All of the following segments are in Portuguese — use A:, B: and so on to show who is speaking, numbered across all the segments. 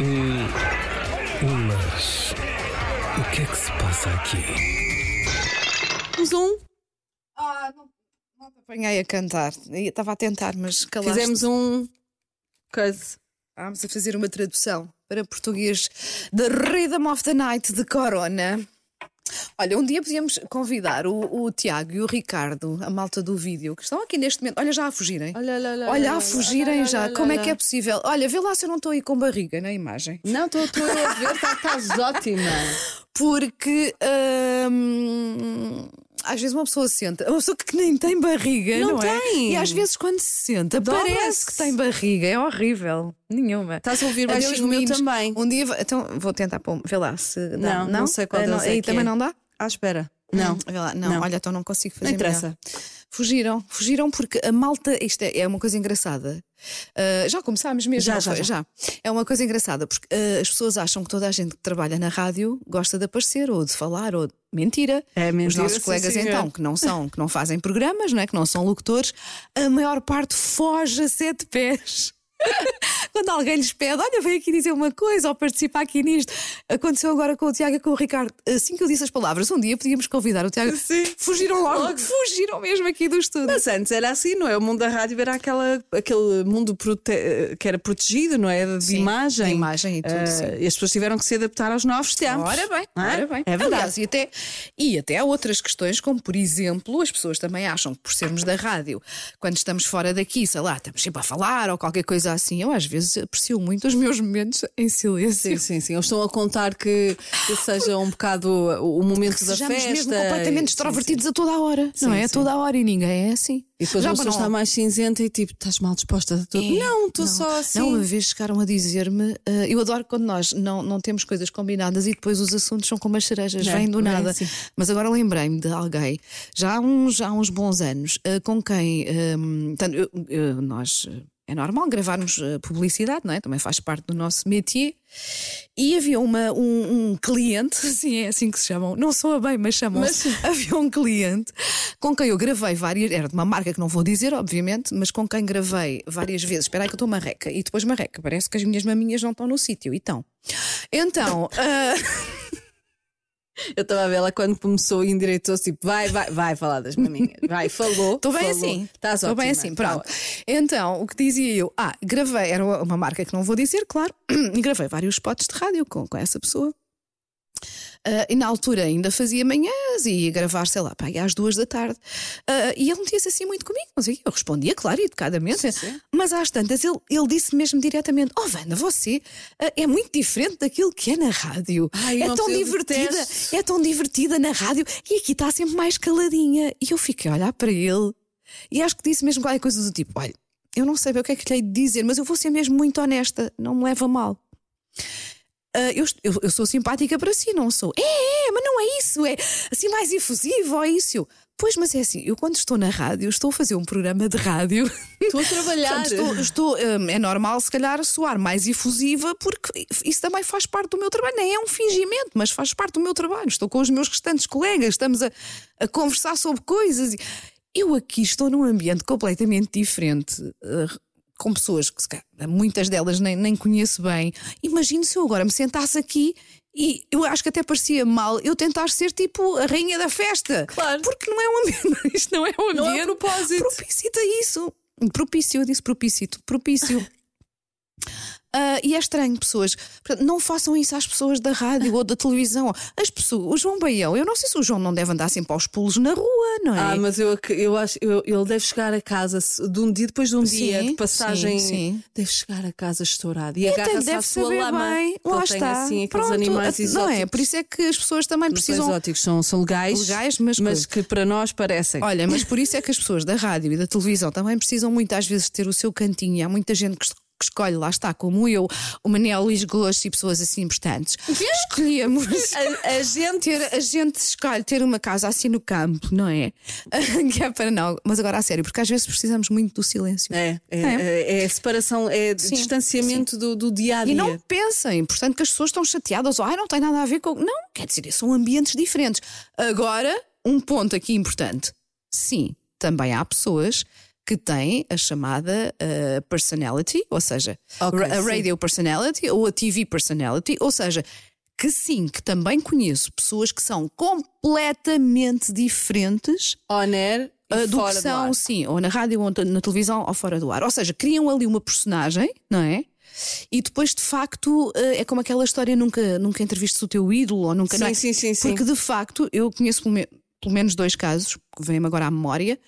A: Hum, mas o que é que se passa aqui?
B: Mas um.
C: Ah, não, não te apanhei a cantar. Eu Estava a tentar, mas calaste.
B: Fizemos um. Coisa.
C: Estávamos a fazer uma tradução para português da Rhythm of the Night de Corona. Olha, um dia podíamos convidar o, o Tiago e o Ricardo, a malta do vídeo, que estão aqui neste momento. Olha, já a fugirem.
B: Olha, olha, olha,
C: Olha,
B: olha,
C: a fugirem
B: olha,
C: já.
B: olha,
C: Como é
B: olha.
C: que é possível? Olha, vê lá se eu não estou aí com barriga na imagem.
B: Não, estou estou a ver, tá- estás ótima.
C: Porque hum, às vezes uma pessoa senta, é uma pessoa que nem tem barriga, não,
B: Não
C: é?
B: tem.
C: E às vezes quando se senta,
B: Dobra-se. Tá
C: parece que tem barriga, é horrível. Nenhuma.
B: Estás a ouvir baixinho o meu
C: meninos.
B: também.
C: Um dia, va- então vou tentar pôr, vê lá se dá.
B: Não, não sei qual
C: Ah,
B: deles é
C: Aí
B: que
C: também
B: é.
C: não dá?
B: À espera. Não.
C: Hum, vê lá. Não,
B: Não.
C: olha, então não consigo fazer
B: Não interessa.
C: melhor. Fugiram, fugiram porque a malta, isto é, é uma coisa engraçada. Ah, já começámos mesmo,
B: Já,
C: não
B: já,
C: foi?
B: já.
C: É uma coisa engraçada porque ah, as pessoas acham que toda a gente que trabalha na rádio gosta de aparecer ou de falar ou de... mentira.
B: É mentira,
C: Os nossos
B: sim,
C: colegas
B: senhor.
C: então, que não são, que não fazem programas, não é? que não são locutores, a maior parte foge a sete pés. Quando alguém lhes pede, olha, vem aqui dizer uma coisa ou participar aqui nisto. Aconteceu agora com o Tiago e com o Ricardo. Assim que eu disse as palavras, um dia podíamos convidar o Tiago.
B: Sim.
C: Fugiram logo,
B: Logo.
C: fugiram mesmo aqui do estúdio.
B: Mas antes era assim, não é? O mundo da rádio era aquela, aquele mundo prote- que era protegido, não é? De
C: Sim,
B: imagem.
C: de imagem e tudo,
B: Ah,
C: sim.
B: E as pessoas tiveram que se adaptar aos novos tempos.
C: Ora bem,
B: não é?
C: ora bem.
B: É verdade.
C: Aliás, e até, e até há outras questões, como por exemplo, as pessoas também acham que por sermos da rádio, quando estamos fora daqui, sei lá, estamos sempre a falar ou qualquer coisa assim. Eu às vezes aprecio muito os meus momentos em silêncio.
B: Sim, sim, sim. Eles estão a contar que que seja um bocado o o momento da
C: Sejamos
B: festa.
C: mesmo completamente
B: Sim,
C: extrovertidos a toda a hora, não
B: Sim,
C: é? A
B: sim.
C: toda a hora e ninguém é assim.
B: sim. E depois
C: Já
B: a pessoa
C: para não-
B: está mais cinzenta e tipo, estás mal disposta a tudo.
C: É,
B: não, estou só assim.
C: Não, uma vez chegaram a dizer-me, eh, eu adoro quando nós não, não temos coisas combinadas e depois os assuntos são como as cerejas,
B: É,
C: vêm do
B: é,
C: nada.
B: sim.
C: Mas agora lembrei-me de alguém, já há uns, há uns bons anos, eh, com quem ehm, tanto, eu- eu- nós. eh, É normal gravarmos eh, publicidade, não é? Também faz parte do nosso métier. E havia uma, um, um cliente, assim é assim que se chamam, não soa bem, mas chamam-se. Havia um cliente com quem eu gravei várias, era de uma marca que não vou dizer, obviamente, mas com quem gravei várias vezes. Espera aí que eu estou marreca. E depois marreca, parece que as minhas maminhas não estão no sítio. Então, então ah,
B: Eu estava a ver ela quando começou e endireitou-se, tipo, vai, vai, vai falar das maminhas. Vai, falou.
C: Estou bem
B: falou.
C: assim.
B: Estás
C: Estou bem
B: ótima. tá
C: assim, pronto. Então, o que dizia eu? Ah, gravei, era uma marca que não vou dizer, claro, e gravei vários spots de rádio com, com essa pessoa. Ah, e na altura ainda fazia manhãs e ia gravar, sei lá, pá, aí às duas da tarde. Ah, e ele metia-se assim muito comigo, não sei, o quê. eu respondia, claro, educadamente. Mas às tantas ele, ele disse mesmo diretamente: Oh, Wanda, você ah, é muito diferente daquilo que é na rádio.
B: Ai,
C: é
B: uma
C: tão
B: pessoa- eu
C: divertida,
B: detesto.
C: é tão divertida na rádio e aqui está sempre mais caladinha. E eu fiquei a olhar para ele e acho que disse mesmo qualquer coisa do tipo: Olha, eu não sei bem o que é que lhe hei de dizer, mas eu vou ser mesmo muito honesta, não me leva a mal. Ah, eu, est- eu, eu sou simpática para si, não sou? É, é, mas não é isso, é assim mais efusivo, é isso. Eu, Pois, mas é assim, eu quando estou na rádio, estou a fazer um programa de rádio.
B: Estou a trabalhar.
C: Portanto, estou, estou, hum, é normal, se calhar, soar mais efusiva, porque isso também faz parte do meu trabalho. Nem é um fingimento, mas faz parte do meu trabalho. Estou com os meus restantes colegas, estamos a, a conversar sobre coisas. e- Eu aqui estou num ambiente completamente diferente. uh, com pessoas que se calhar, muitas delas nem, nem conheço bem. Imagino se eu agora me sentasse aqui e eu acho que até parecia mal eu tentar ser tipo a rainha da festa.
B: Claro.
C: Porque não é um ambiente. Isto não é um ambiente
B: Não é propósito.
C: propicita isso. Propício, eu disse propícito, propício. Ah, e é estranho, pessoas. Portanto, não façam isso às pessoas da rádio ou da televisão. As pessoas, o João Baião, eu não sei se o João não deve andar sempre aos pulos na rua, não é?
B: Ah, mas eu, ac- eu acho eu, ele deve chegar a casa se- de um dia, depois de um
C: Sim,
B: dia de passagem,
C: sim, sim.
B: deve chegar a casa estourado e
C: Então,
B: agarra-se à
C: deve
B: sua
C: saber
B: lama.
C: bem.
B: que ele
C: Lá
B: tem
C: está.
B: assim aqueles
C: Pronto,
B: animais
C: a-
B: exóticos.
C: Não é? Por isso é que as pessoas também
B: Não são
C: precisam.
B: exóticos, são, são legais,
C: Legais, mas coisa.
B: que para nós parecem.
C: Olha, mas por isso é que as pessoas da rádio e da televisão também precisam muitas vezes ter o seu cantinho. E Há muita gente que es- que escolhe, lá está, como eu, o Manel Luís Gosto e pessoas assim importantes. Escolhemos.
B: A, a gente
C: Ter, a gente escolhe ter uma casa assim no campo, não é? que é para não. Mas agora a sério, porque às vezes precisamos muito do silêncio.
B: é, é,
C: É.
B: é- é separação, é
C: Sim,
B: distanciamento Do, do dia a dia.
C: E não pensem, portanto, que as pessoas estão chateadas ou ai, não tem nada a ver com. Não, quer dizer, são ambientes diferentes. Agora, um ponto aqui importante. Sim, também há pessoas que tem a chamada eh, personality, ou seja,
B: Ok,
C: ra- a
B: sim.
C: radio personality ou a TV personality, ou seja, que sim, que também conheço pessoas que são completamente diferentes
B: On air e
C: ah, do
B: fora
C: que
B: do
C: são,
B: ar.
C: sim, ou na rádio, ou na televisão, ou fora do ar. Ou seja, criam ali uma personagem, não é? E depois, de facto, ah, é como aquela história: nunca, nunca entrevistes o teu ídolo, ou nunca. não é?
B: Sim, sim, sim, sim.
C: Porque, de facto, eu conheço pelo, me- pelo menos dois casos, que vêm-me agora à memória,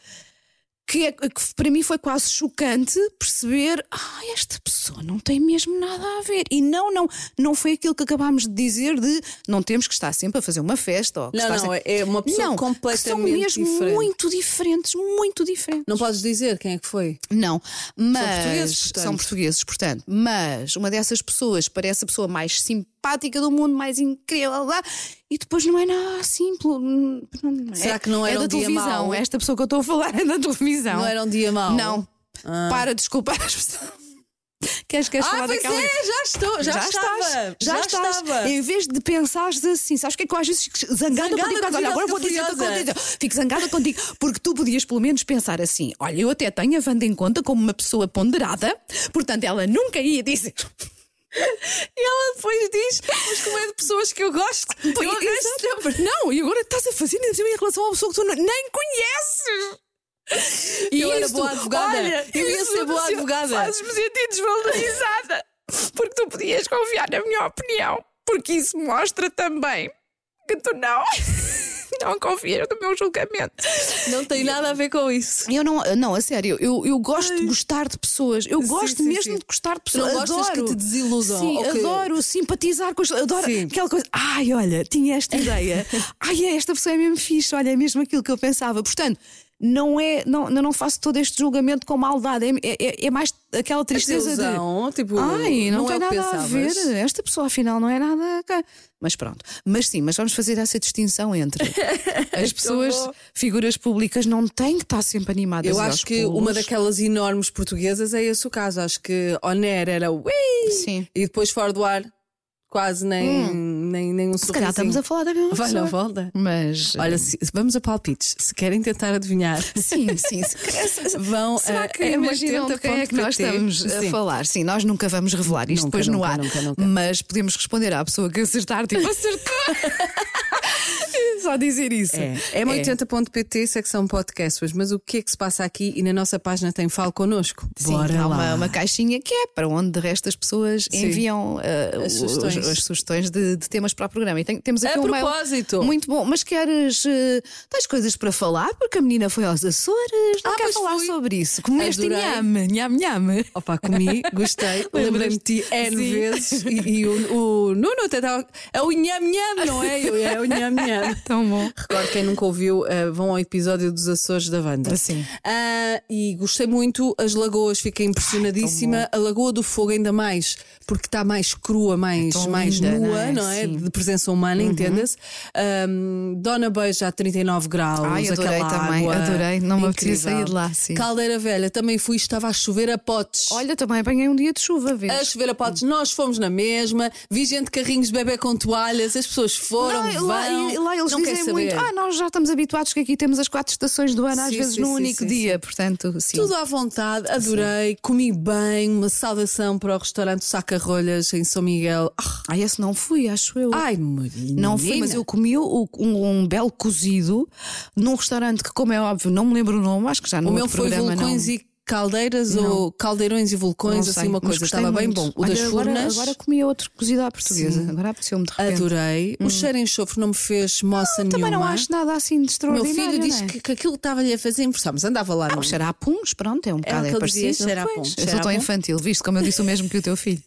C: que, é- que para mim foi quase chocante perceber: ah, esta pessoa não tem mesmo nada a ver. E não, não, não foi aquilo que acabámos de dizer: de não temos que estar sempre a fazer uma festa. Ou que
B: Não,
C: estar
B: não,
C: sempre-
B: é é uma pessoa
C: não,
B: completamente
C: que são mesmo
B: diferente.
C: muito diferentes, muito diferentes.
B: Não podes dizer quem é que foi.
C: Não, mas
B: portugueses, portanto.
C: são portugueses, portanto. Mas uma dessas pessoas parece a pessoa mais simpática do mundo, mais incrível lá, e depois não é nada simples. hum, não-
B: Será
C: é-
B: que não era
C: é da
B: um dia
C: televisão?
B: mau?
C: Esta pessoa que eu estou a falar é da televisão.
B: Não era um dia mau?
C: Não. Para desculpar as pessoas. Queres, queres
B: Ah,
C: falar
B: pois
C: daquela?
B: é, já estou, já, estava.
C: estás,
B: já,
C: estás.
B: estava.
C: Em vez de pensares assim, sabes o que é que eu às vezes fico zangada,
B: Zangada
C: contigo?
B: com
C: Olha,
B: Furiosa,
C: agora vou dizer o que
B: Furiosa.
C: aconteceu. Fico zangada contigo, porque tu podias pelo menos pensar assim: olha, eu até tenho a Wanda em conta como uma pessoa ponderada, portanto ela nunca ia dizer.
B: E ela depois diz, mas como é de pessoas que eu gosto, eu
C: Pois,
B: arranjo
C: exato. Não, e agora estás a fazer ainda por cima em relação a uma pessoa que tu não- nem conheces. E
B: Eu era é boa advogada. Eu ia
C: isso
B: ser boa
C: fazia-
B: advogada.
C: Fazes-me sentir desvalorizada. Porque tu podias confiar na minha opinião. Porque isso mostra também que tu não, não confias no meu julgamento.
B: Não tem nada a ver com isso.
C: Eu não, não, a sério, eu, eu gosto de gostar de pessoas. Eu gosto
B: sim,
C: mesmo
B: sim.
C: de gostar de
B: não
C: pessoas.
B: gostas
C: adoro.
B: que te desiludam,
C: Sim,
B: ou que-
C: adoro simpatizar com as pessoas. Adoro
B: Sim.
C: aquela coisa. Ai, olha, tinha esta ideia. Ai, é, esta pessoa é mesmo fixe. Olha, é mesmo aquilo que eu pensava. Portanto, não é. Não, eu não faço todo este julgamento com maldade. É, é, é mais aquela tristeza de.
B: Desilusão, tipo,
C: Ai, não,
B: não
C: tem
B: é o que
C: nada a
B: pensavas.
C: ver. Esta pessoa afinal não é nada. cá. Mas pronto. Mas sim, mas vamos fazer essa distinção entre as pessoas,
B: bom.
C: figuras públicas, não têm que estar sempre animadas.
B: Eu
C: e aos
B: acho que
C: pulos.
B: uma daquelas enormes portuguesas é esse o caso. Acho que on air era ui,
C: Sim. Hum.
B: e depois fora do ar, quase nem, nem, nem um
C: Se calhar estamos a falar da mesma
B: Vai na
C: pessoa.
B: volta.
C: Mas.
B: Olha, se- vamos a palpites. Se querem tentar adivinhar,
C: Sim, sim. se-
B: vão eh,
C: Será
B: a
C: que
B: m
C: imaginam de quem é que nós estamos a falar? Sim, nós nunca vamos revelar isto
B: Nunca,
C: depois no
B: nunca,
C: ar.
B: nunca, nunca.
C: Mas podemos responder à pessoa que acertar, tipo, acertou. Só dizer isso.
B: É, m80.pt, secção podcasts. Mas o que é que se passa aqui? E na nossa página tem Fale Connosco.
C: Sim,
B: Bora
C: há
B: lá.
C: Uma, uma caixinha que é para onde de resto as pessoas enviam eh,
B: As
C: os-
B: sugestões.
C: as sugestões de, de temas para o programa. E tem- temos aqui
B: A
C: um mail
B: propósito.
C: muito bom, mas queres. eh, tens coisas para falar? Porque a menina foi aos Açores, não
B: Ah,
C: quer
B: pois
C: falar
B: fui.
C: sobre isso. Comeste
B: Adorei.
C: nhame, nhame, nhame.
B: Opa, comi, gostei, lembrei-me de ti N
C: Sim.
B: vezes e, e o, o Nuno até estava. É o nham nham, não é? Eu, é o nham nham.
C: Tão bom.
B: Recordo, quem nunca ouviu, eh, vão ao episódio dos Açores da Wanda.
C: Sim. Ah,
B: Ah, e gostei muito, as lagoas, fiquei impressionadíssima. a Lagoa do Fogo, ainda mais, porque está mais crua, mais,
C: tão
B: mais
C: linda,
B: nua,
C: não é?
B: não é?
C: Sim. Uhum.
B: De presença humana, entenda-se. Ahm, Dona Beija a 39 graus,
C: Ai, adorei
B: aquela
C: também,
B: água
C: adorei. Não me apetecia
B: incrível.
C: sair de lá, sim.
B: Caldeira Velha, também fui, estava a chover a potes.
C: Olha, também apanhei um dia de chuva, vês?
B: A chover a potes, nós fomos na mesma. Vi gente de carrinhos de bebê com toalhas, as pessoas foram,
C: Não, e
B: vão.
C: lá, e lá eles
B: não quer
C: dizem muito.
B: saber.
C: Ah, nós já estamos habituados que aqui temos as quatro estações do ano, às
B: Sim,
C: vezes
B: sim,
C: num
B: sim,
C: único
B: sim,
C: dia. Portanto, sim.
B: Tudo à vontade, adorei, comi bem. Uma saudação para o restaurante Saca-Rolhas em São Miguel. Ah,
C: Ah, esse não fui, acho eu.
B: Ai, Marina.
C: Não fui, mas eu comi o- um, um belo cozido num restaurante que, como é óbvio, não me lembro o nome, acho que já no
B: O meu
C: outro
B: foi
C: programa
B: vulcões
C: não.
B: e caldeiras ou caldeirões e
C: não
B: vulcões,
C: sei,
B: assim uma
C: mas
B: coisa.
C: gostei
B: Estava bem
C: muito.
B: bom. O
C: Olha,
B: das
C: agora,
B: furnas.
C: Agora comi outro cozido à portuguesa. Agora apeteceu-me de repente.
B: Adorei. O cheiro em enxofre não me fez moça nenhuma.
C: Hum. Ah, Também não acho nada assim de
B: O meu
C: extraordinário.
B: filho disse
C: não é?
B: que, que aquilo estava-lhe a fazer impressão, mas andava lá.
C: Ah,
B: não.
C: o cheiro a puns, pronto, é um bocado
B: Hum. o
C: é
B: que ele dizia,
C: parecido.
B: cheira a
C: Pois,
B: puns,
C: Eu
B: cheira
C: sou
B: a
C: tão
B: puns.
C: infantil, viste? Como eu disse o mesmo que o teu filho.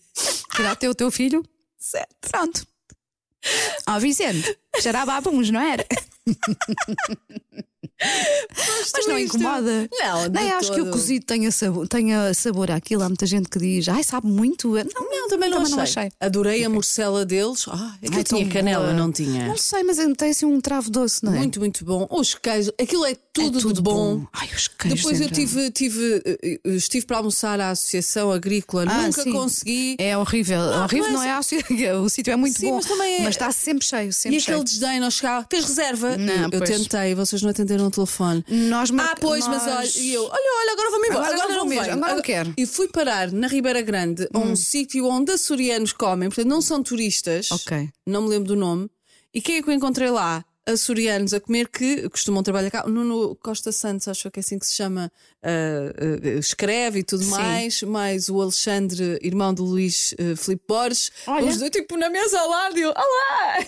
C: Será até o teu filho? Certo. Pronto. Ó Vicente, cheirava a puns, não era? Mas não
B: isto-
C: incomoda.
B: Não, de
C: Nem acho que o
B: todo.
C: cozido tenha sabor, tenha sabor àquilo. Há muita gente que diz, ai, sabe muito. Não, não,
B: também Então, não,
C: Também
B: achei.
C: não achei.
B: Adorei a morcela deles. Ah, é que
C: Ai,
B: eu tinha
C: tão
B: canela,
C: boa.
B: não tinha.
C: Não sei, mas tem assim um travo doce, não é?
B: Muito, muito bom. Os queijos, aquilo é tudo,
C: É
B: de bom.
C: Ai, os queijos.
B: Depois eu
C: então.
B: tive, tive, eh, eh, estive para almoçar à Associação Agrícola,
C: Ah,
B: nunca
C: sim.
B: consegui.
C: É horrível. horrível
B: mas-
C: não é a o sítio é muito
B: Sim,
C: bom.
B: mas também é-
C: está sempre cheio, sempre
B: E
C: cheio.
B: aquele desdém, nós chegávamos, tens reserva?
C: Não,
B: eu, eu
C: pois.
B: tentei, vocês não atenderam o telefone.
C: Nós mar-
B: Ah, pois, mas olha,
C: nós-
B: e eu, olha, olha, agora vou-me embora.
C: Agora não vou
B: não
C: mesmo,
B: venho.
C: agora não quero. Hum.
B: E fui parar na Ribeira Grande, a um sítio onde açorianos comem, portanto não são turistas,
C: Ok.
B: não me lembro do nome. E quem é que eu encontrei lá? Açorianos a comer que costumam trabalhar cá. O Nuno Costa Santos, acho que é assim que se chama, ah, ah, escreve e tudo
C: Sim.
B: mais, mais o Alexandre, irmão do Luís ah, Filipe Borges.
C: Olha.
B: Os dois, tipo, na mesa ao lado, e eu, olá!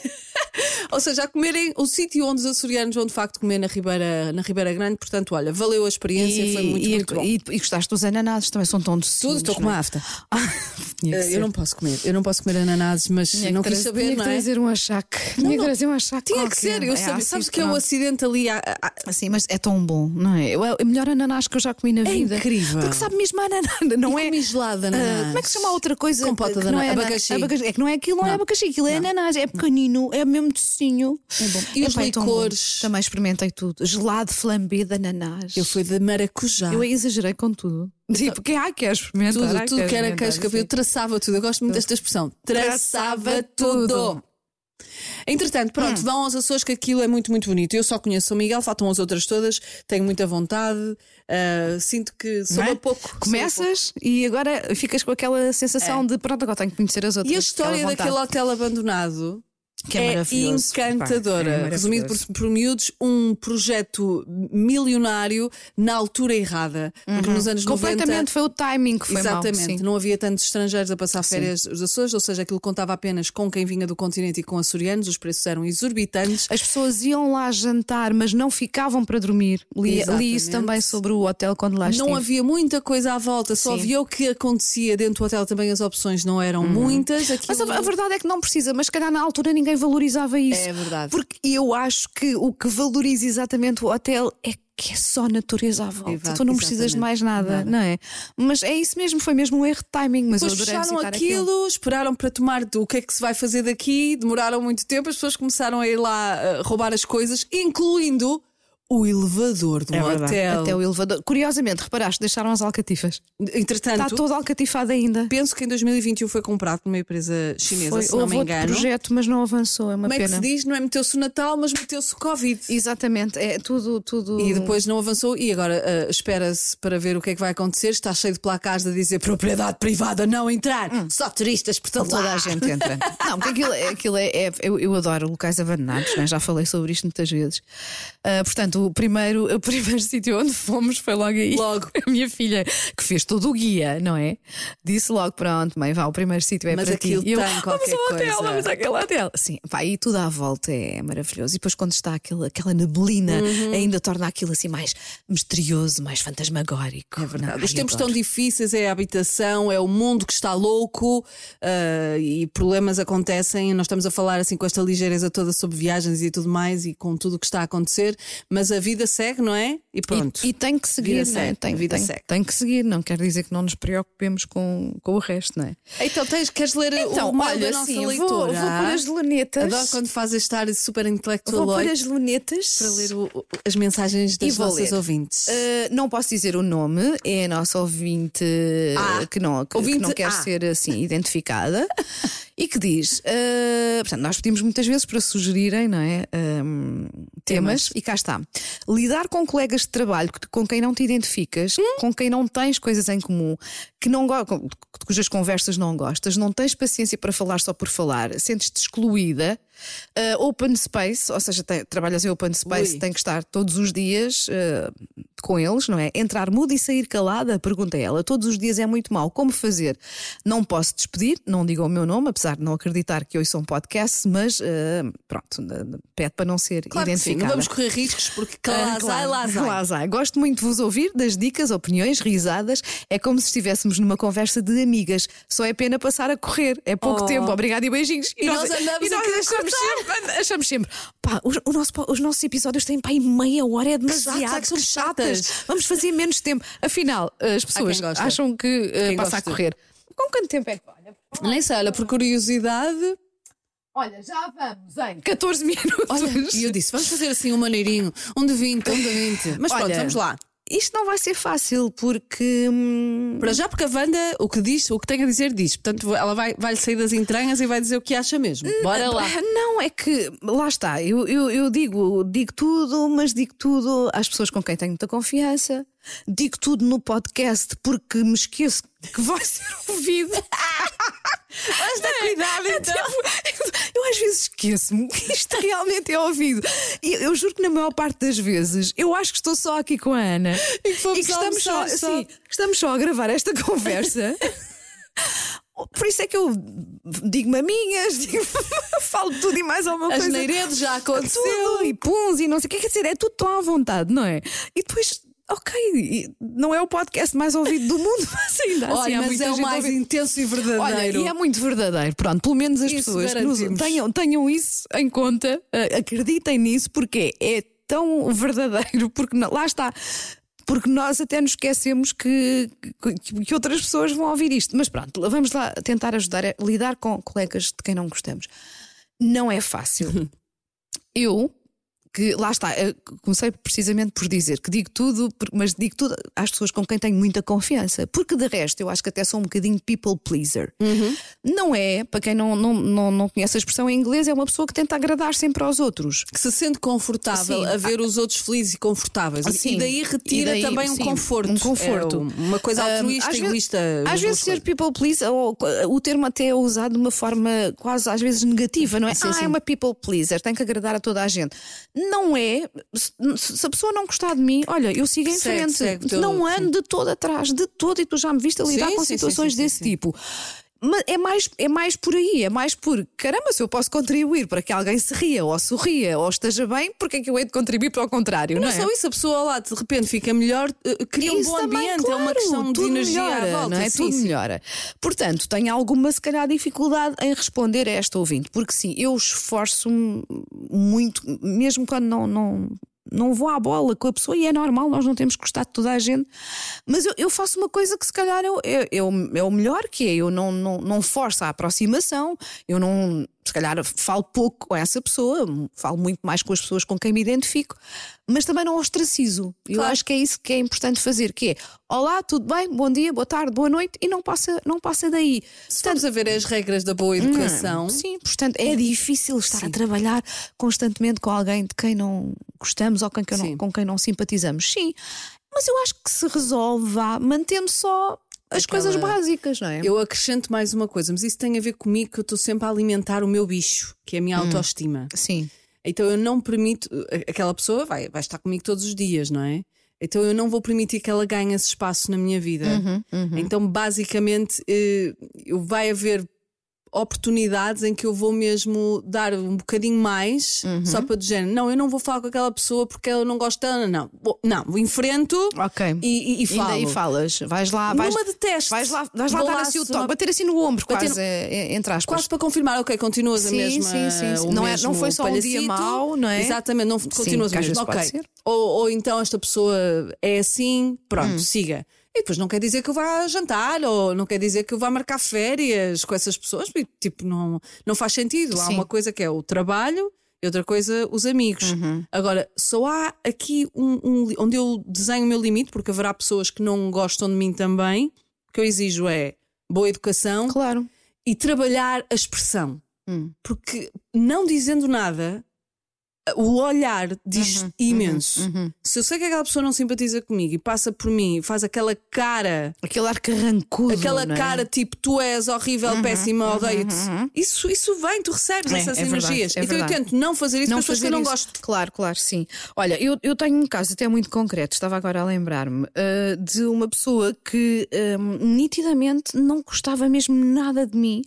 B: Ou seja, a comerem o sítio onde os açorianos vão de facto comer na Ribeira, na Ribeira Grande. Portanto, olha, valeu a experiência, foi muito,
C: e,
B: muito bom.
C: e, e gostaste dos ananases, também são tão docinhos. é?
B: Tudo, estou com uma afta. Eh, Eu não posso comer, eu não posso comer ananases, mas não quis saber,
C: Tinha
B: não
C: que
B: é?
C: trazer um achaque. tinha que trazer um achaque.
B: Tinha que ser, eu sabia. Sabes que é o acidente ali. à- à- à-
C: Assim, mas é tão bom, não é? É o melhor ananás que eu já comi na vida.
B: É incrível.
C: Porque sabe mesmo a ananás, não
B: E
C: é?
B: comi gelada,
C: Ah,
B: ananás.
C: como é que se chama a outra coisa?
B: Compota
C: que
B: de
C: não é
B: ananás.
C: ananás?
B: Abacaxi.
C: É que não é aquilo, não, é
B: Não.
C: abacaxi, aquilo é ananás, é pequenino, é mesmo docinho. É bom.
B: E os licores?
C: Também experimentei tudo. Gelado flambé de ananás.
B: Eu fui de maracujá.
C: Eu exagerei com tudo. Tipo, quem há que experimentar?
B: tudo, tudo
C: ah, quer
B: que era
C: experimentar,
B: queijo cabelo, eu
C: sim.
B: traçava tudo. Eu gosto muito desta expressão. Traçava
C: Traçava
B: tudo. Hum.
C: tudo.
B: Entretanto, pronto, vão aos Açores que aquilo é muito, muito bonito. Eu só conheço São Miguel, faltam as outras todas, tenho muita vontade, ah, sinto que
C: Não
B: sou
C: é?
B: a pouco. soube a pouco.
C: Começas e agora ficas com aquela sensação de pronto, agora tenho que conhecer as outras.
B: É. E a história
C: aquela vontade.
B: daquele hotel abandonado
C: que é, maravilhoso, pá,
B: encantadora.
C: é maravilhoso.
B: Resumido por, por miúdos, um projeto milionário na altura errada. Porque nos anos 90.
C: Completamente, foi o timing que foi mau.
B: Exatamente,
C: sim.
B: não havia tantos estrangeiros a passar férias dos Açores, ou seja, aquilo contava apenas com quem vinha do continente e com açorianos, os preços eram exorbitantes.
C: As pessoas iam lá jantar, mas não ficavam para dormir. Li, li
B: Exatamente.
C: isso também sobre o hotel quando lá estive.
B: Não havia muita coisa à volta, só
C: Sim. Uhum.
B: havia o que acontecia dentro do hotel, também as opções não eram muitas.
C: Mas
B: Aquilo...
C: a, a verdade é que não precisa, mas se calhar na altura ninguém valorizava isso.
B: Hum. É verdade.
C: Porque eu acho que o que valoriza exatamente o hotel é que é só natureza à volta.
B: Exato,
C: tu não precisas de
B: exatamente.
C: mais nada, não é? Mas é isso mesmo, foi mesmo um erro de timing. Mas
B: Depois
C: eu adorei
B: fecharam
C: visitar
B: aquilo, esperaram para tomar do- o que é que se vai fazer daqui, demoraram muito tempo, as pessoas começaram a ir lá eh, roubar as coisas, incluindo o elevador do hotel.
C: É Até o elevador. Curiosamente, reparaste, deixaram as alcatifas. Está
B: Entretanto,
C: todo alcatifado ainda.
B: penso que em 2021 foi comprado por uma empresa chinesa,
C: Foi,
B: se não
C: houve
B: me
C: outro
B: engano.
C: projeto, mas não avançou, é uma
B: Como é que
C: pena.
B: se diz? Não é meteu-se o Natal, mas meteu-se o Covid.
C: Exatamente, é tudo. tudo...
B: E depois não avançou, e agora eh, espera-se para ver o que é que vai acontecer. Está cheio de placares a dizer propriedade privada não entrar, só turistas, portanto
C: Toda a gente entra. Não, porque aquilo, é- aquilo é. é- eu, eu adoro locais abandonados, né? já falei sobre isto muitas vezes. Ah, portanto, o primeiro, o primeiro sítio onde fomos foi logo aí.
B: Logo.
C: A minha filha, que fez todo o guia, não é? Disse logo: pronto, mãe, vá, o primeiro sítio é
B: Mas
C: para
B: aquilo
C: ti. E eu,
B: tem
C: vamos
B: qualquer
C: ao hotel,
B: coisa."
C: vamos àquele hotel. Sim, pá, e tudo à volta é maravilhoso. E depois, quando está aquela, aquela neblina,
B: Uhum.
C: ainda torna aquilo assim mais misterioso, mais fantasmagórico. É verdade.
B: Os tempos tão difíceis, é a habitação, é o mundo que está louco ah, e problemas acontecem. Nós estamos a falar assim com esta ligeireza toda sobre viagens e tudo mais e com tudo o que está a acontecer, mas a vida segue, não é? E pronto.
C: E, e tem que seguir,
B: Vida
C: não é?
B: segue,
C: tem,
B: vida
C: tem,
B: segue.
C: tem que seguir, não quer dizer que não nos preocupemos com, com o resto, não é?
B: Então, tens, queres ler o mail da nossa leitora?
C: lunetas.
B: Adoro quando fazes estar super intelectual hoje,
C: lunetas.
B: para ler o- o- as mensagens
C: E
B: das
C: vou
B: nossas
C: ler.
B: ouvintes.
C: Uh, não posso dizer o nome, é a nossa ouvinte
B: Ah,
C: uh, que, não, que,
B: ouvinte
C: que não quer
B: A.
C: ser assim identificada e que diz: uh, portanto, nós pedimos muitas vezes para sugerirem não é, um, temas, e cá está. Lidar com colegas de trabalho que- com quem não te identificas,
B: Hum?
C: com quem não tens coisas em comum, que não go- com- cujas conversas não gostas, não tens paciência para falar só por falar, sentes-te excluída. Uh, open space, ou seja, te- trabalhas em open space,
B: Ui.
C: tem que estar todos os dias eh, com eles, não é? Entrar muda e sair calada, pergunta ela. Todos os dias é muito mau. Como fazer? Não posso despedir, não diga o meu nome, apesar de não acreditar que eu sou um podcast, mas eh, pronto, n- n- pede para não ser
B: claro que sim, não
C: identificada.
B: vamos correr riscos porque
C: Ah,
B: calazai,
C: claro.
B: lazai.
C: Lazai. Gosto muito de vos ouvir, das dicas, opiniões, risadas. É como se estivéssemos numa conversa de amigas. Só é pena passar a correr. É pouco
B: Oh.
C: tempo. Obrigada e beijinhos.
B: E nós andamos
C: e nós
B: a querer
C: achamos, sempre, achamos sempre. Pá, os, o nosso po- os nossos episódios têm pá, aí meia hora. É demasiado.
B: chatos, é que
C: são
B: somos chatas.
C: Vamos fazer menos tempo. Afinal, as pessoas
B: gosta.
C: acham que eh,
B: Quem
C: passa a
B: gosta.
C: correr. Com quanto tempo é que. Olha,
B: Nem sei, olha, por curiosidade.
C: olha já vamos em 14 minutos.
B: Olha, e eu disse: vamos fazer assim um maneirinho, um de 20, um de 20. Mas pronto,
C: Olha,
B: vamos lá.
C: Isto não vai ser fácil porque. hum,
B: Para já, porque a Wanda, o que diz, o que tem a dizer, diz. Portanto, vou- ela vai, vai sair das entranhas e vai dizer o que acha mesmo.
C: Eh,
B: Bora lá.
C: Não, é que lá está, eu, eu, eu digo, digo tudo, mas digo tudo às pessoas com quem tenho muita confiança, digo tudo no podcast porque me esqueço que vai ser ouvido. Mas
B: É.
C: dá cuidado, então. eu às vezes esqueço-me que isto realmente é ouvido. E eu juro que na maior parte das vezes eu acho que estou só aqui com a Ana
B: E que fomos
C: estamos só,
B: almoçar só.
C: sim, estamos só a gravar esta conversa. Por isso é que eu digo-me a minhas, digo- falo tudo e mais alguma
B: As
C: coisa.
B: neiredes já aconteceu.
C: Tudo, e puns e não sei o que quer dizer, é tudo tão à vontade, não é? E depois, ok, e não é o podcast mais ouvido do mundo, mas ainda assim
B: Olha,
C: há
B: mas
C: muita
B: é o
C: gente a
B: mais
C: ouvir.
B: intenso e verdadeiro.
C: Olha, e é muito verdadeiro. Pronto, pelo menos as
B: Isso
C: pessoas que nos-
B: garantimos.
C: tenham, tenham isso em conta, eh, acreditem nisso, porque é tão verdadeiro, porque não- lá está. Porque nós até nos esquecemos que, que, que outras pessoas vão ouvir isto. Mas pronto, vamos lá tentar ajudar a lidar com colegas de quem não gostamos. Não é fácil. Eu, que lá está, eu comecei precisamente por dizer que digo tudo, por- mas digo tudo às pessoas com quem tenho muita confiança, porque de resto eu acho que até sou um bocadinho people pleaser. Não é, para quem não, não, não, não conhece a expressão em inglês, é uma pessoa que tenta agradar sempre aos outros.
B: que se sente confortável
C: Sim.
B: a ver os outros felizes e confortáveis.
C: Sim.
B: E daí retira
C: E daí,
B: também um
C: sim,
B: conforto.
C: um conforto.
B: É uma coisa
C: Ahm,
B: altruísta,
C: às ve-
B: egoísta.
C: Às
B: duas
C: vezes ser
B: coisas.
C: people pleaser, ou, co- o termo até é usado de uma forma quase às vezes negativa, não é? ah, é uma people pleaser, tem que agradar a toda a gente. Não é. Se se a pessoa não gostar de mim, olha, eu sigo em
B: Segue,
C: frente.
B: segue todo,
C: não
B: sim.
C: ando de todo atrás, de todo, e tu já me viste a lidar
B: Sim,
C: com
B: sim, sim,
C: situações
B: sim, sim,
C: desse
B: sim.
C: tipo. Mas é mais, é mais por aí, é mais por caramba, se eu posso contribuir para que alguém se ria, ou sorria, ou esteja bem, porque é que eu hei de contribuir para o contrário? Não,
B: Não
C: é?
B: só isso, a pessoa lá de repente fica melhor, eh, cria um
C: Isso
B: bom
C: também,
B: ambiente, é uma
C: claro,
B: questão de
C: tudo
B: energia
C: melhora,
B: à volta.
C: Não é?
B: sim,
C: tudo
B: sim.
C: melhora. Portanto, tenho alguma, se calhar, dificuldade em responder a esta ouvinte, porque sim, eu esforço-me muito, mesmo quando não. não não vou à bola com a pessoa e é normal, nós não temos que gostar de toda a gente, mas eu, eu faço uma coisa que se calhar eu, eu- eu- é o melhor que é, eu não, não, não forço a aproximação, eu não, se calhar falo pouco com essa pessoa, falo muito mais com as pessoas com quem me identifico, mas também não ostracizo. Eu
B: Claro.
C: acho que é isso que é importante fazer, que é olá, tudo bem, bom dia, boa tarde, boa noite, e não passa, não passa daí.
B: Se formos a ver as regras da boa educação,
C: Hum, Sim, portanto, é difícil estar a trabalhar constantemente com alguém de quem não gostamos ou com quem não,
B: Sim.
C: com quem não simpatizamos. Sim, mas eu acho que se resolve vá, mantendo só as
B: Aquela-
C: coisas básicas, não é?
B: eu acrescento mais uma coisa, mas isso tem a ver comigo que eu estou sempre a alimentar o meu bicho, que é a minha
C: Hum.
B: autoestima.
C: Sim.
B: Então eu não permito. a- Aquela pessoa vai, vai estar comigo todos os dias, não é? Então eu não vou permitir que ela ganhe esse espaço na minha vida.
C: Uhum,
B: Então, basicamente, eh, eu- vai haver oportunidades em que eu vou mesmo dar um bocadinho mais,
C: Uhum.
B: só para do género. Não, eu não vou falar com aquela pessoa porque eu não gosto dela, não. Bom, Não, enfrento
C: Ok. E,
B: e, e, e falo.
C: daí falas, vais lá, vais,
B: Numa de teste.
C: vais lá, vais lá
B: Vou
C: dar assim o
B: se-
C: toque, bater assim no ombro,
B: Bater
C: quase, é, é, entre aspas.
B: Quase para confirmar, ok, continuas a
C: Sim,
B: mesma.
C: sim, sim, sim.
B: o
C: Não é-
B: mesmo
C: não foi só um dia
B: palhacito.
C: mau, não é?
B: Exatamente, não continuas
C: que
B: a
C: às
B: mesma.
C: vezes pode
B: Ok.
C: ser.
B: Ou, ou então esta pessoa é assim,
C: Hum.
B: pronto, siga. E depois não quer dizer que eu vá jantar, ou não quer dizer que eu vá marcar férias com essas pessoas, porque, tipo, não, não faz sentido. Há
C: Sim.
B: uma coisa que é o trabalho e outra coisa os amigos.
C: Uhum.
B: Agora, só há aqui um, um li- onde eu desenho o meu limite, porque haverá pessoas que não gostam de mim também. O que eu exijo é boa educação,
C: Claro.
B: e trabalhar a expressão.
C: Hum.
B: Porque não dizendo nada, o olhar diz
C: Uhum,
B: imenso. Se eu sei que aquela pessoa não simpatiza comigo e passa por mim e faz aquela cara,
C: Aquele ar carrancudo.
B: aquela
C: não é? Uhum,
B: cara tipo tu és horrível, péssima, odeio-te. Isso, isso vem, tu recebes
C: É,
B: essas
C: é verdade,
B: energias.
C: é
B: então eu
C: verdade.
B: tento não fazer isso para as pessoas que eu
C: fazer
B: não
C: isso.
B: gosto.
C: Claro, claro, sim. Olha, eu, eu tenho um caso até muito concreto, estava agora a lembrar-me, ah, de uma pessoa que ahm, nitidamente não gostava mesmo nada de mim.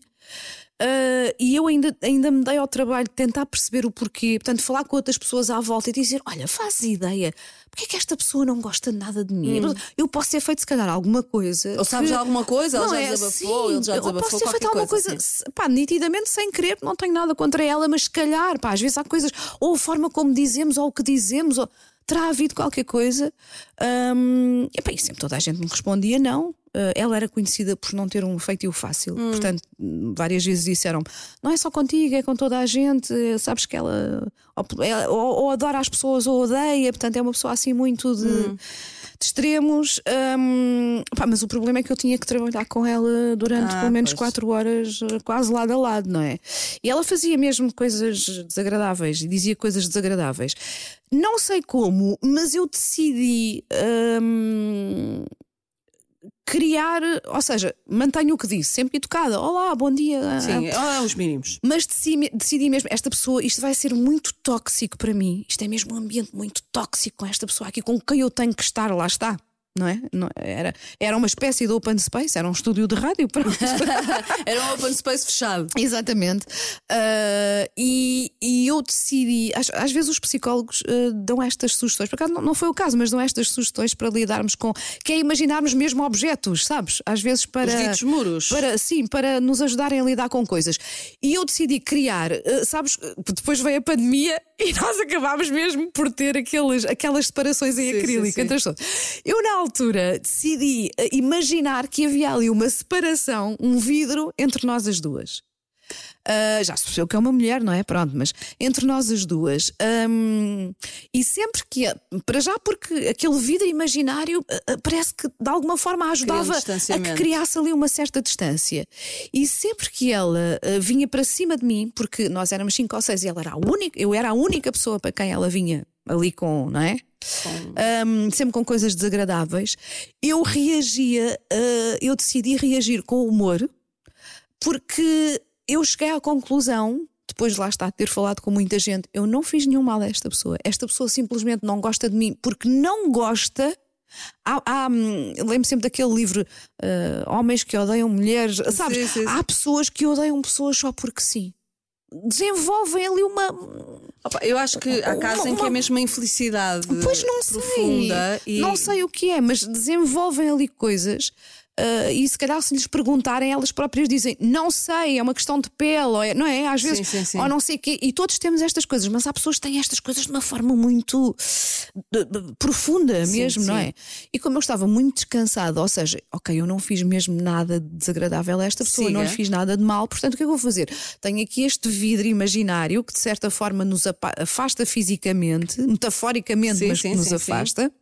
C: Ah, e eu ainda, ainda me dei ao trabalho de tentar perceber o porquê, portanto, falar com outras pessoas à volta e dizer: Olha, faz ideia, porque é que esta pessoa não gosta nada de mim? Eu posso ter feito, se calhar, alguma coisa.
B: Hum. Ou sabes
C: que-
B: alguma coisa, ela
C: não
B: já
C: é
B: desabafou,
C: assim.
B: ele já
C: Eu
B: desabafou.
C: Posso ter feito
B: qualquer
C: alguma
B: coisa,
C: coisa,
B: assim.
C: se- pá, nitidamente sem querer, não tenho nada contra ela, mas se calhar, pá, às vezes há coisas, ou a forma como dizemos, ou o que dizemos, ou terá havido qualquer coisa. Hum, epá, e sempre toda a gente me respondia não. eh, ela era conhecida por não ter um feitio fácil. Portanto, hum, várias vezes disseram não é só contigo, é com toda a gente. eh, Sabes que ela ou, ela- ou- ou adora as pessoas ou odeia. Portanto, é uma pessoa assim muito de, de extremos. Hum, pá, mas o problema é que eu tinha que trabalhar com ela durante
B: Ah,
C: pelo menos
B: pois.
C: quatro horas, eh, quase lado a lado, não é? E ela fazia mesmo coisas desagradáveis e dizia coisas desagradáveis. Não sei como, mas eu decidi. hum, criar, ou seja, mantenho o que disse, sempre educada. Olá, bom dia.
B: Sim,
C: Ah.
B: olha os mínimos.
C: Mas decidi, decidi mesmo, esta pessoa, isto vai ser muito tóxico para mim. Isto é mesmo um ambiente muito tóxico com esta pessoa aqui, com quem eu tenho que estar, lá está. Não é? Não- era, era uma espécie de open space, era um estúdio de rádio. Pronto.
B: Era um open space fechado.
C: Exatamente. Ah, e, e eu decidi. Às, às vezes os psicólogos ah, dão estas sugestões, por acaso não, não foi o caso, mas dão estas sugestões para lidarmos com. que é imaginarmos mesmo objetos, sabes? Às vezes para.
B: Os ditos muros.
C: Para, sim, para nos ajudarem a lidar com coisas. E eu decidi criar, ah, sabes? Depois veio a pandemia e nós acabámos mesmo por ter aqueles, aquelas separações em
B: Sim,
C: acrílico
B: sim, sim.
C: entre as pessoas. Eu, na altura, decidi eh, imaginar que havia ali uma separação, um vidro entre nós as duas. Ah, já se percebeu que é uma mulher, não é? Pronto, mas entre nós as duas. Ahm, e sempre que. Para já, porque aquele vidro imaginário ah, ah, parece que de alguma forma a ajudava a que
B: distanciamento.
C: criasse ali uma certa distância. E sempre que ela ah, vinha para cima de mim, porque nós éramos cinco ou seis e ela era a única, eu era a única pessoa para quem ela vinha ali com, não é? Ahm, sempre com coisas desagradáveis, eu reagia, ah, eu decidi reagir com humor, porque eu cheguei à conclusão, depois de lá está ter falado com muita gente, eu não fiz nenhum mal a esta pessoa. Esta pessoa simplesmente não gosta de mim porque não gosta. Há, há, hum, eu lembro sempre daquele livro eh, Homens que odeiam mulheres. Sabes?
B: sim, sim.
C: Há pessoas que odeiam pessoas só porque sim. Desenvolvem ali uma.
B: Opa, eu acho que há casos em que é mesmo uma infelicidade
C: Pois não sei.
B: profunda e
C: Não sei o que é, mas desenvolvem ali coisas. ah, e se calhar se lhes perguntarem, elas próprias dizem não sei, é uma questão de pele, ou é- não é? Às vezes,
B: sim, sim.
C: ou não sei o quê. E todos temos estas coisas, mas há pessoas que têm estas coisas de uma forma muito de- de- profunda mesmo, não
B: sim.
C: é? E como eu estava muito descansada, ou seja, ok, eu não fiz mesmo nada de desagradável a esta pessoa, não lhe
B: Siga.
C: fiz nada de mal, portanto, o que é que eu vou fazer? Tenho aqui este vidro imaginário que de certa forma nos apa- afasta fisicamente, metaforicamente,
B: Sim,
C: mas
B: sim,
C: que nos
B: sim, sim.
C: afasta.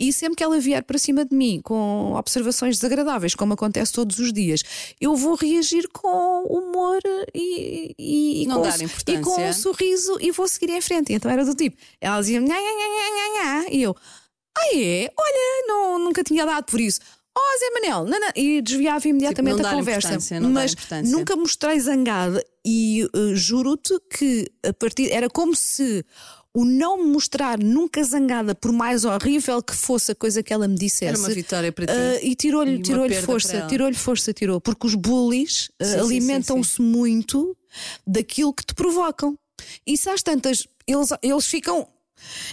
C: E sempre que ela vier para cima de mim com observações desagradáveis, como acontece todos os dias, eu vou reagir com humor e, e, e
B: Não
C: com,
B: dar
C: um su-
B: importância.
C: e com um sorriso e vou seguir em frente. Então era do tipo, ela dizia nha, nha, nha, nha, nha, nha", e eu, ah é? Olha, não, nunca tinha dado por isso. Oh, Zé Manel, nanã", e desviava imediatamente
B: dar
C: a conversa.
B: Tipo, importância, não dar
C: mas
B: importância.
C: nunca mostrei zangada e eh, juro-te que a partir era como se o não me mostrar nunca zangada, por mais horrível que fosse a coisa que ela me dissesse,
B: Era uma vitória para ti.
C: ah, e
B: E
C: tirou-lhe
B: uma
C: tirou
B: perda para
C: força,
B: ela.
C: tirou-lhe força, tirou. Porque os bullies ah,
B: Sim, sim, sim,
C: alimentam-se muito daquilo que te provocam. E se às tantas, eles, eles ficam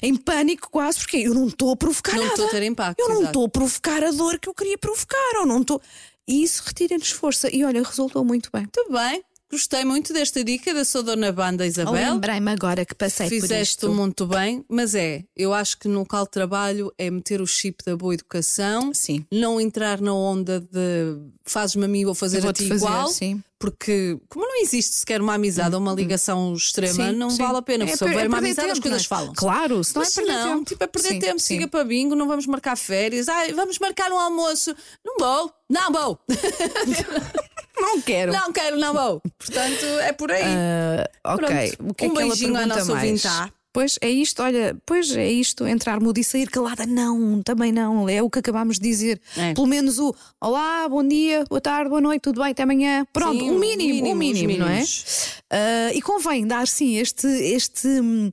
C: em pânico quase, porque eu não estou a provocar
B: Não
C: Ah, nada.
B: estou a ter impacto,
C: Eu não
B: exato.
C: estou a provocar a dor que eu queria provocar, ou não estou. E isso retira-nos força. E olha, resultou muito bem.
B: Muito bem, gostei muito desta dica da sua dona Banda Isabel.
C: Lembrei-me agora que passei
B: Fizeste um
C: por isto.
B: muito bem, mas é, eu acho que no local de trabalho é meter o chip da boa educação,
C: Sim.
B: não entrar na onda de fazes-me a mim, vou fazer
C: Eu
B: a
C: vou-te
B: ti
C: fazer,
B: igual,
C: sim. Hum,
B: porque como não existe sequer uma amizade ou uma ligação extrema,
C: Sim,
B: não
C: sim.
B: vale a pena.
C: É
B: Se
C: per- é
B: houver uma
C: perder
B: amizade, as
C: tempo,
B: coisas
C: não é?
B: falam.
C: Claro, se não é
B: Mas
C: perder
B: não,
C: tempo.
B: tipo, é perder
C: Sim,
B: tempo,
C: sim.
B: siga para bingo, não vamos marcar férias, ai, vamos marcar um almoço. Não vou, não vou,
C: Não quero.
B: não quero, não vou. Portanto, é por aí.
C: Ah, ok,
B: Pronto.
C: o que é
B: Um
C: que ela
B: beijinho à
C: pergunta
B: nossa
C: mais?
B: ouvinte tá? A.
C: Pois é isto, olha, pois é isto, entrar mudo e sair calada, não, também não, é o que acabámos de dizer.
B: É.
C: Pelo menos o olá, bom dia, boa tarde, boa noite, tudo bem, até amanhã. Pronto,
B: Sim,
C: o
B: o
C: mínimo,
B: mínimo,
C: o
B: os
C: mínimo, não é?
B: mínimos.
C: Ah, e convém dar sim este. este hum,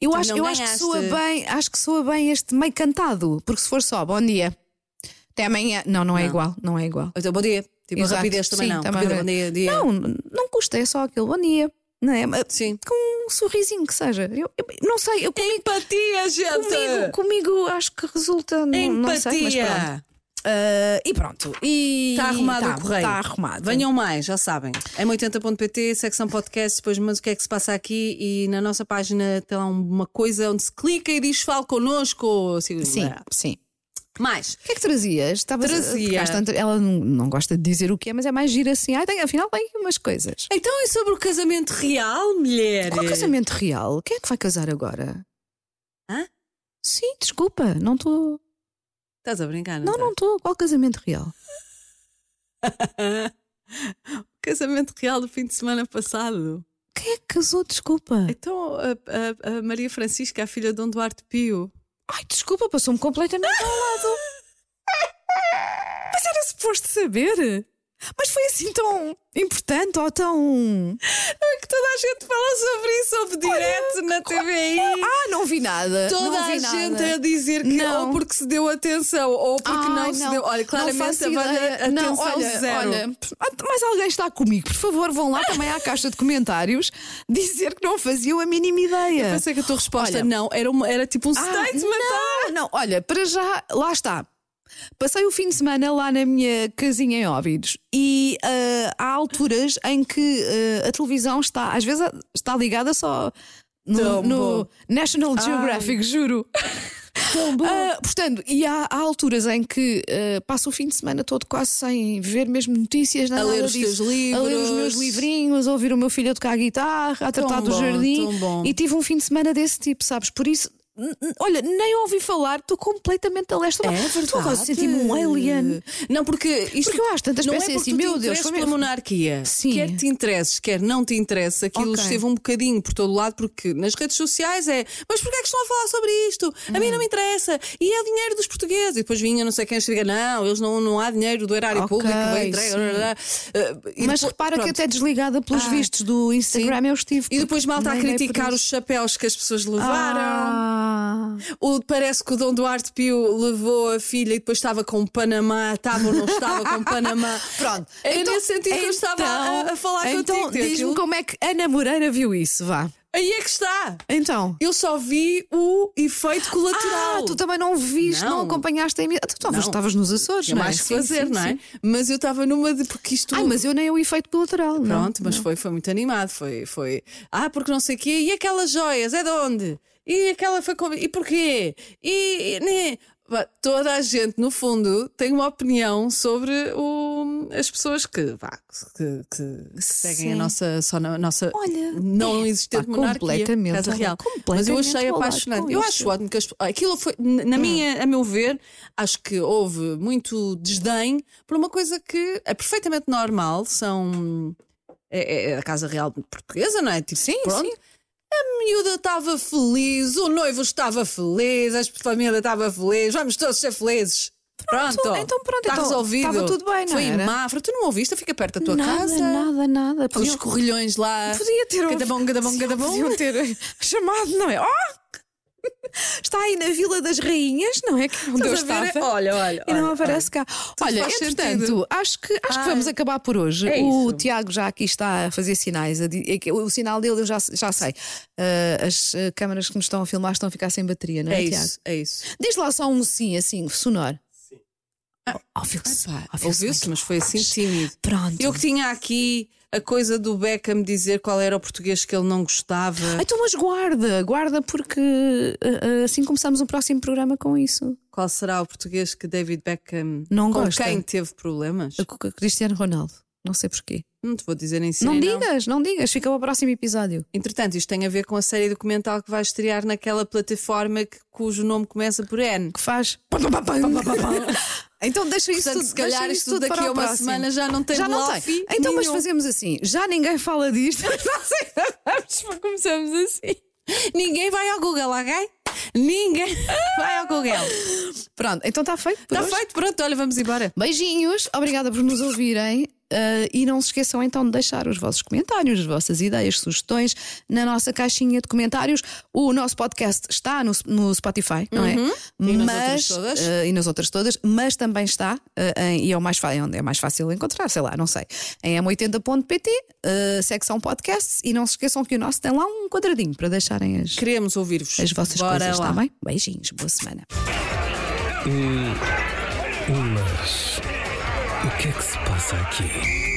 C: eu acho,
B: não
C: eu acho que
B: ganhaste.
C: soa bem, acho que soa bem este meio cantado, porque se for só bom dia, até amanhã. Não, não é igual, não é igual.
B: Então, bom dia. Tipo,
C: Exato.
B: rapidez também
C: Sim,
B: não.
C: também
B: Rapidez,
C: não é.
B: bom dia, dia.
C: Não, não custa, é só aquele bom dia, não é? Mas
B: Sim.
C: Com um sorrisinho que seja. Eu, eu não sei, eu comigo,
B: Empatia,
C: comigo, comigo acho que resulta. Não, não sei, mas pronto.
B: Empatia.
C: Ah, e pronto. E
B: Está arrumado
C: tá,
B: o correio.
C: Está arrumado.
B: Venham mais, já sabem. M80.pt, secção podcast, depois mas o que é que se passa aqui e na nossa página tem lá uma coisa onde se clica e diz fala connosco. assim, é?
C: Sim, sim.
B: Mais.
C: O que é que trazias? Estavas a-
B: Trazia.
C: tocaste tanto- Ela não, não gosta de dizer o que é, mas é mais gira assim. Ah, tem, afinal tem aqui umas coisas.
B: Então e sobre o casamento real, mulher?
C: Qual casamento real? Quem é que vai casar agora?
B: Hã?
C: Sim, desculpa, não estou.
B: Estás a brincar?
C: Não, não estou. Qual casamento real?
B: não. casamento real do fim de semana passado.
C: Quem é que casou? Desculpa.
B: Então a, a- a Maria Francisca, a filha de Dom Duarte Pio.
C: Ai, desculpa, passou-me completamente ao lado. Mas era suposto saber. Mas foi assim tão importante ou tão.
B: É que toda a gente fala sobre isso, houve direto na TVI.
C: Ah, não vi nada.
B: Toda
C: não vi
B: a
C: nada.
B: gente é a dizer que
C: Não.
B: ou porque se deu atenção ou porque
C: Ai,
B: não se deu. Olha, claramente
C: não
B: a
C: faço
B: Wanda,
C: ideia.
B: atenção
C: não, olha,
B: zero.
C: olha, Ah, mas alguém está comigo, por favor, vão lá também à caixa de comentários dizer que não faziam a mínima ideia.
B: Pensei que a tua resposta
C: Olha.
B: não, era, uma- era tipo um
C: Ah,
B: statement.
C: não, não, olha, para já, lá está. Passei o fim de semana lá na minha casinha em Óbidos e ah, há alturas em que ah, a televisão está, às vezes, está ligada só no,
B: Tão
C: no
B: bom.
C: National Geographic, juro. Ah, portanto, e há, há alturas em que ah, passo o fim de semana todo quase sem ver mesmo notícias, nada
B: A ler os
C: disso.
B: teus
C: a ler os meus
B: livros.
C: livrinhos, a ouvir o meu filho a tocar guitarra, a tratar do
B: bom,
C: jardim.
B: tão bom.
C: E tive um fim de semana desse tipo, sabes? Por isso, n- n- olha, nem ouvi falar, estou completamente a leste.
B: É verdade.
C: Estou agora a sentir-me um alien.
B: Não, porque isto.
C: Porque eu acho tantas
B: não
C: peças
B: é porque
C: assim,
B: tu te
C: meu Deus,
B: interesses
C: foi
B: pela
C: mesmo-
B: monarquia.
C: Sim.
B: Quer te interesses, quer não te interesses, aquilo
C: Ok.
B: esteve um bocadinho por todo lado, porque nas redes sociais é, mas porquê é que estão a falar sobre isto? A
C: Hum.
B: mim não me interessa. E é o dinheiro dos portugueses. E depois vinha não sei quem chega, não, eles não, não há dinheiro do erário
C: Ok,
B: público, vai entregar.
C: sim.
B: blá, blá, blá. E
C: Mas
B: depois-
C: repara
B: pronto.
C: que até desligada pelos
B: Ah,
C: vistos do Instagram eu estive.
B: E depois
C: porque
B: malta a
C: nem dei por
B: criticar
C: isso.
B: os chapéus que as pessoas levaram.
C: Ah,
B: O- parece que o Dom Duarte Pio levou a filha e depois estava com Panamá, estava ou não estava com Panamá.
C: Pronto.
B: Era nesse sentido que eu estava a, a falar
C: então,
B: contigo.
C: Então,
B: Tio
C: diz-me
B: Aquilo.
C: como é que Ana Moreira viu isso, vá.
B: Aí é que está.
C: Então.
B: Eu só vi o efeito colateral.
C: Ah, tu também não viste, não,
B: Não.
C: acompanhaste a emissão. Tu estavas-
B: Não.
C: estavas nos Açores,
B: Tinha
C: não é?
B: mais que
C: Sim,
B: fazer,
C: sim,
B: não é?
C: sim.
B: Mas eu estava numa de porque isto.
C: Ai, mas eu nem o efeito colateral. não,
B: Pronto, mas
C: não.
B: foi, foi muito animado. Foi, foi. Ah, porque não sei o quê. E aquelas joias? É de onde? E aquela foi. Com... E porquê? E. e né? Vá, Toda a gente, no fundo, tem uma opinião sobre o- as pessoas que, vá, que, que- que seguem
C: Sim.
B: a nossa, só na- a nossa
C: Olha,
B: não
C: é,
B: existente
C: pá,
B: monarquia.
C: completamente
B: Casa
C: ao
B: real.
C: lado,
B: Mas eu
C: completamente
B: achei
C: ao lado
B: apaixonante.
C: com Hum.
B: Eu
C: isto.
B: acho ótimo que as, aquilo foi, n- na minha, a meu ver, acho que houve muito desdém por uma coisa que é perfeitamente normal. São. É, é a Casa Real Portuguesa, não é? Tipo,
C: Sim,
B: pronto.
C: sim.
B: A miúda estava feliz, o noivo estava feliz, a família estava feliz, vamos todos ser felizes. Pronto,
C: então pronto,
B: está
C: então
B: resolvido.
C: estava tudo bem, não
B: Foi em
C: era?
B: Mafra, tu não ouviste? Fica perto da tua
C: nada,
B: casa.
C: Nada, nada,
B: Os
C: Podiam-
B: corrilhões lá.
C: Podia ter
B: Cada bom, cada bom,
C: Sim,
B: cada bom.
C: Podiam ter chamado, não é? Oh! Está aí na Vila das Rainhas, não é? Que era onde eu
B: Estás a ver?
C: estava.
B: Olha, olha.
C: E não
B: olha,
C: aparece cá. Olha,
B: faz
C: entretanto,
B: sentido.
C: acho que, acho
B: Ah,
C: que vamos acabar por hoje.
B: é
C: o
B: isso.
C: Tiago já aqui está a fazer sinais. a di- é que O sinal dele eu já, já sei. Ah, as ah, câmaras que nos estão a filmar estão a ficar sem bateria, não
B: olha.
C: é,
B: É
C: Tiago?
B: isso, é isso.
C: Diz lá só um sim, assim, sonoro. Ó- Ouviu-se.
B: Pá,
C: ouviu-se
B: Ouviu-se,
C: muito
B: mas foi assim
C: longe.
B: tímido.
C: Pronto.
B: Eu que tinha aqui a coisa do Beckham dizer qual era o português que ele não gostava.
C: Ah, Então, mas guarda, guarda, porque ah, ah, assim começamos o próximo programa com isso.
B: Qual será o português que David Beckham
C: Não
B: com
C: gosta.
B: quem teve problemas?
C: A Cuca- Cristiano Ronaldo. Não sei porquê.
B: Não te vou dizer em si.
C: não digas, não digas. Fica para o próximo episódio.
B: Entretanto, isto tem a ver com a série documental que vai estrear naquela plataforma que- cujo nome começa por N.
C: Que faz. então deixa isso
B: Portanto,
C: tudo.
B: se calhar
C: deixa isso
B: isto
C: tudo
B: daqui
C: para
B: a
C: o
B: uma
C: próximo.
B: semana já não tem
C: já não
B: bluff
C: tem. Então, mas
B: nenhum.
C: fazemos assim. Já ninguém fala disto.
B: Começamos assim. Ninguém vai ao Google, ok? Ninguém vai ao Google.
C: Pronto, então está feito. por
B: Está
C: hoje.
B: Tá feito, pronto, olha, vamos embora.
C: Beijinhos, obrigada por nos ouvirem. ah, e não se esqueçam então de deixar os vossos comentários, as vossas ideias, sugestões na nossa caixinha de comentários. O nosso podcast está no, no Spotify, não é?
B: Uhum. E nas
C: Mas,
B: outras todas.
C: ah, e nas outras todas, mas também está, ah, em- e é, o mais, fa- é onde é mais fácil encontrar, sei lá, não sei, em m80.pt, ah, secção podcasts. E não se esqueçam que o nosso tem lá um quadradinho para deixarem as,
B: Queremos ouvir-vos.
C: as vossas
B: Bora
C: coisas, tá
B: lá.
C: está bem? Beijinhos, boa semana.
A: Ulas. O que é que se passa aqui?